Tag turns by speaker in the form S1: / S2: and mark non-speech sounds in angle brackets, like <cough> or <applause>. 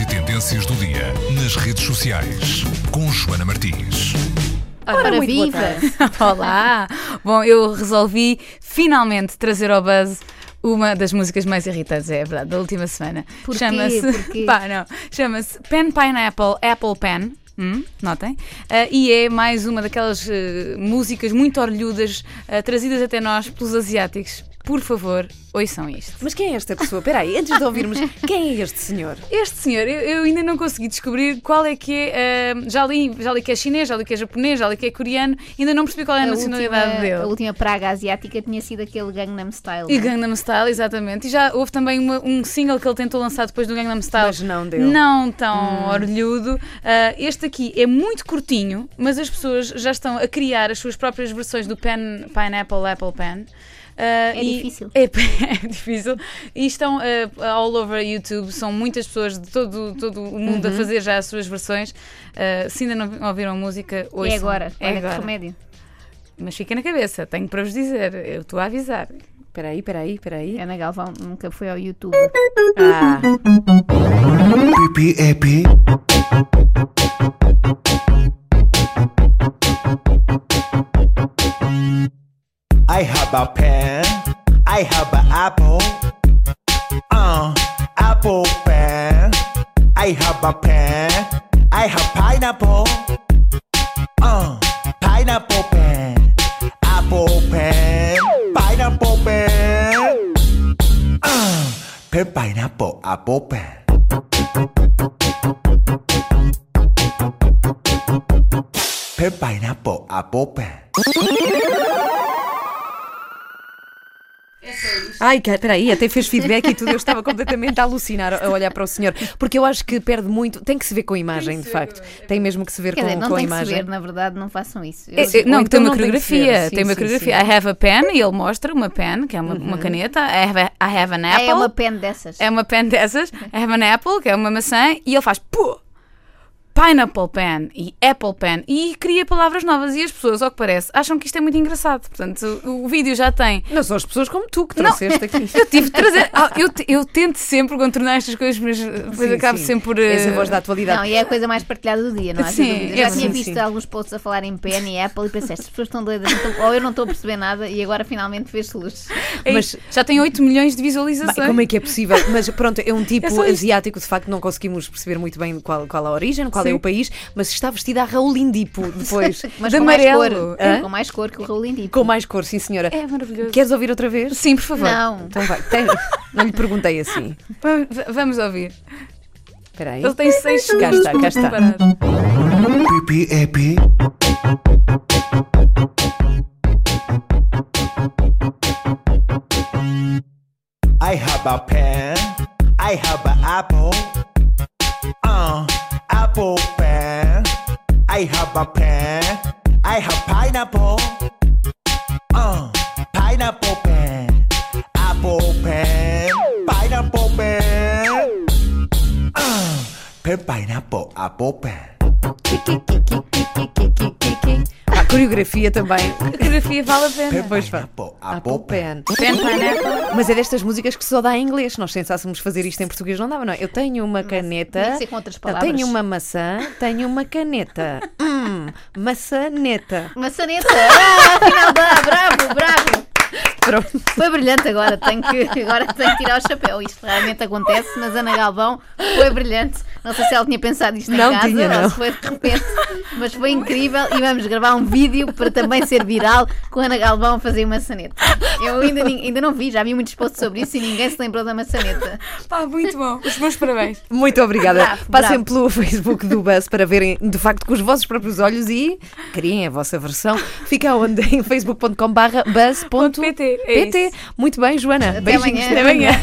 S1: e tendências do dia nas redes sociais com Joana Martins.
S2: Ora,
S3: Ora, muito boa
S2: viva! <laughs> Olá! Bom, eu resolvi finalmente trazer ao Buzz uma das músicas mais irritantes, é verdade, da última semana.
S3: Porquê? Porquê?
S2: <laughs> Pá, não. Chama-se Pen Pineapple Apple Pen. Hum, notem. Ah, e é mais uma daquelas eh, músicas muito orlhudas ah, trazidas até nós pelos asiáticos. Por favor, ouçam isto.
S3: Mas quem é esta pessoa? Espera aí, antes de ouvirmos, quem é este senhor?
S2: Este senhor, eu, eu ainda não consegui descobrir qual é que é. ah, já, li, já li que é chinês, já li que é japonês, já li que é coreano, ainda não percebi qual é a, nacionalidade
S3: última-
S2: dele.
S3: a última praga asiática tinha sido aquele Gangnam Style. é?
S2: E Gangnam Style, exatamente. E já houve também uma- um single que ele tentou lançar depois do Gangnam Style.
S3: Mas não deu. Hum.
S2: Não tão orlhudo. Ah, este aqui é muito curtinho, mas as pessoas já estão a criar as suas próprias versões do pen, Pineapple Apple Pen. Ah,
S3: É
S2: e-
S3: difícil.
S2: <laughs> É, é difícil. E estão ah, all over YouTube. São muitas pessoas de todo, todo o mundo
S3: Uhum.
S2: a fazer já as suas versões. Ah, se ainda não ouviram a música, hoje.
S3: é agora,
S2: É
S3: olha
S2: agora.
S3: que remédio.
S2: Mas fica na cabeça, tenho para vos dizer. Eu estou a avisar.
S4: Espera aí, espera aí, espera aí.
S3: Ana Galvão nunca foi ao YouTube.
S4: Ah,
S1: PPEP
S5: I have a pen. I have an apple. Uh, apple pen. I have a pen. I have pineapple. Uh, pineapple pen. Apple pen. Pineapple pen. Uh, pen pineapple apple pen. Pen pineapple apple pen.
S4: ai, cara, espera aí, até fez feedback e tudo. Eu estava completamente a alucinar a olhar para o senhor, porque eu acho que perde muito. Tem que se ver com a imagem, de facto. Tem mesmo que se ver
S3: Quer
S4: com,
S3: dizer, não
S4: com a
S3: tem que
S4: imagem.
S3: saber, na verdade, não façam isso. Eu-
S2: É, é, não,
S4: então
S2: tem uma
S4: não tem que ser.
S2: coreografia.
S4: Sim,
S2: tem uma
S4: sim,
S2: coreografia.
S4: sim. Uhum.
S2: I have a pen e ele mostra uma pen, que é uma, uma caneta. I have, a- I have an
S3: Ah,
S2: apple.
S3: é uma pen dessas.
S2: É uma pen dessas. I have an apple, que é uma maçã. E ele faz pô! Pineapple pen e apple pen e cria palavras novas. E as pessoas, ao que parece, acham que isto é muito engraçado. Portanto, o, o vídeo já tem.
S4: Não são as pessoas como tu que trouxeste aqui.
S2: Eu tive de trazer.
S4: <laughs>
S2: Ah, eu, te- eu tento sempre contornar estas coisas, mas depois
S4: Sim,
S2: acabo
S4: sim.
S2: sempre por.
S4: És
S2: eh,
S4: a voz da atualidade.
S3: Não, e é a coisa mais partilhada do dia, não há
S2: Sim,
S3: dúvida. Já
S2: é,
S3: tinha
S4: sim,
S3: visto
S4: sim.
S3: alguns posts a falar em pen e Apple e pensei, estas pessoas estão doidas, então, ou eu não estou a perceber nada e agora finalmente fez luz.
S2: ei,
S4: mas-
S2: já tem 8 milhões de visualizações.
S4: Bem, como é que é possível? Mas pronto, é um tipo
S2: É só isto.
S4: asiático, de facto, não conseguimos perceber muito bem qual, qual a origem, qual
S2: Sim.
S4: é o país, mas está vestida a Raulin Dipo depois.
S3: <laughs> Mas
S2: De
S3: com mais
S2: amarelo,
S3: cor,
S4: hã?
S3: com mais cor que o Raul Indico.
S4: com mais cor, sim, senhora.
S2: É maravilhoso.
S4: Queres ouvir outra vez?
S2: Sim, por favor.
S3: Não,
S4: Então vai, tem- não lhe perguntei assim.
S2: Vamos- Vamos ouvir.
S4: Espera aí.
S2: Ele tem seis segundos.
S4: está, cá está.
S2: para preparar.
S1: PPEP
S5: I have a pen. I have an apple. Uh, apple pen. I have a pen. I have pineapple. Uh, pineapple pen. Apple pen. Pineapple pen. Uh, pen pineapple apple pen.
S4: A coreografia também.
S2: A coreografia vale a pena.
S5: Pen
S4: Pois vai.
S5: pineapple
S4: Apple
S5: apple pen.
S4: Pen.
S2: Pen Pineapple.
S4: Mas é destas músicas que só dá em inglês. Nós pensássemos fazer isto em português, não dava, não. é? Eu tenho uma caneta.
S3: tinha que ser com outras
S4: Eu
S3: palavras.
S4: Tenho uma maçã, tenho uma caneta. Hum, maçaneta.
S3: maçaneta! Ah, afinal dá, bravo, bravo!
S4: Pronto.
S3: Foi brilhante agora, tenho que, agora tenho que tirar o chapéu. Isto realmente acontece, mas Ana Galvão foi brilhante. Não sei se ela tinha pensado isto
S4: Não
S3: em casa
S4: tinha,
S3: ou
S4: não.
S3: se foi de repente, mas foi incrível e vamos gravar um vídeo para também ser viral com Ana Galvão a fazer maçaneta. Eu ainda, nin- ainda não vi, já vi muitos posts sobre isso e ninguém se lembrou da maçaneta.
S2: Pá, muito bom. Os meus parabéns.
S4: Muito obrigada.
S3: Bravo,
S4: Passem
S3: bravo.
S4: pelo Facebook do Buzz para verem de facto com os vossos próprios olhos e criem a vossa versão. Fica onde? Em facebook.com/buzz.pt.
S2: é isso.
S4: Muito bem, Joana.
S3: Até
S4: Beijinhos.
S3: amanhã.
S2: Até amanhã.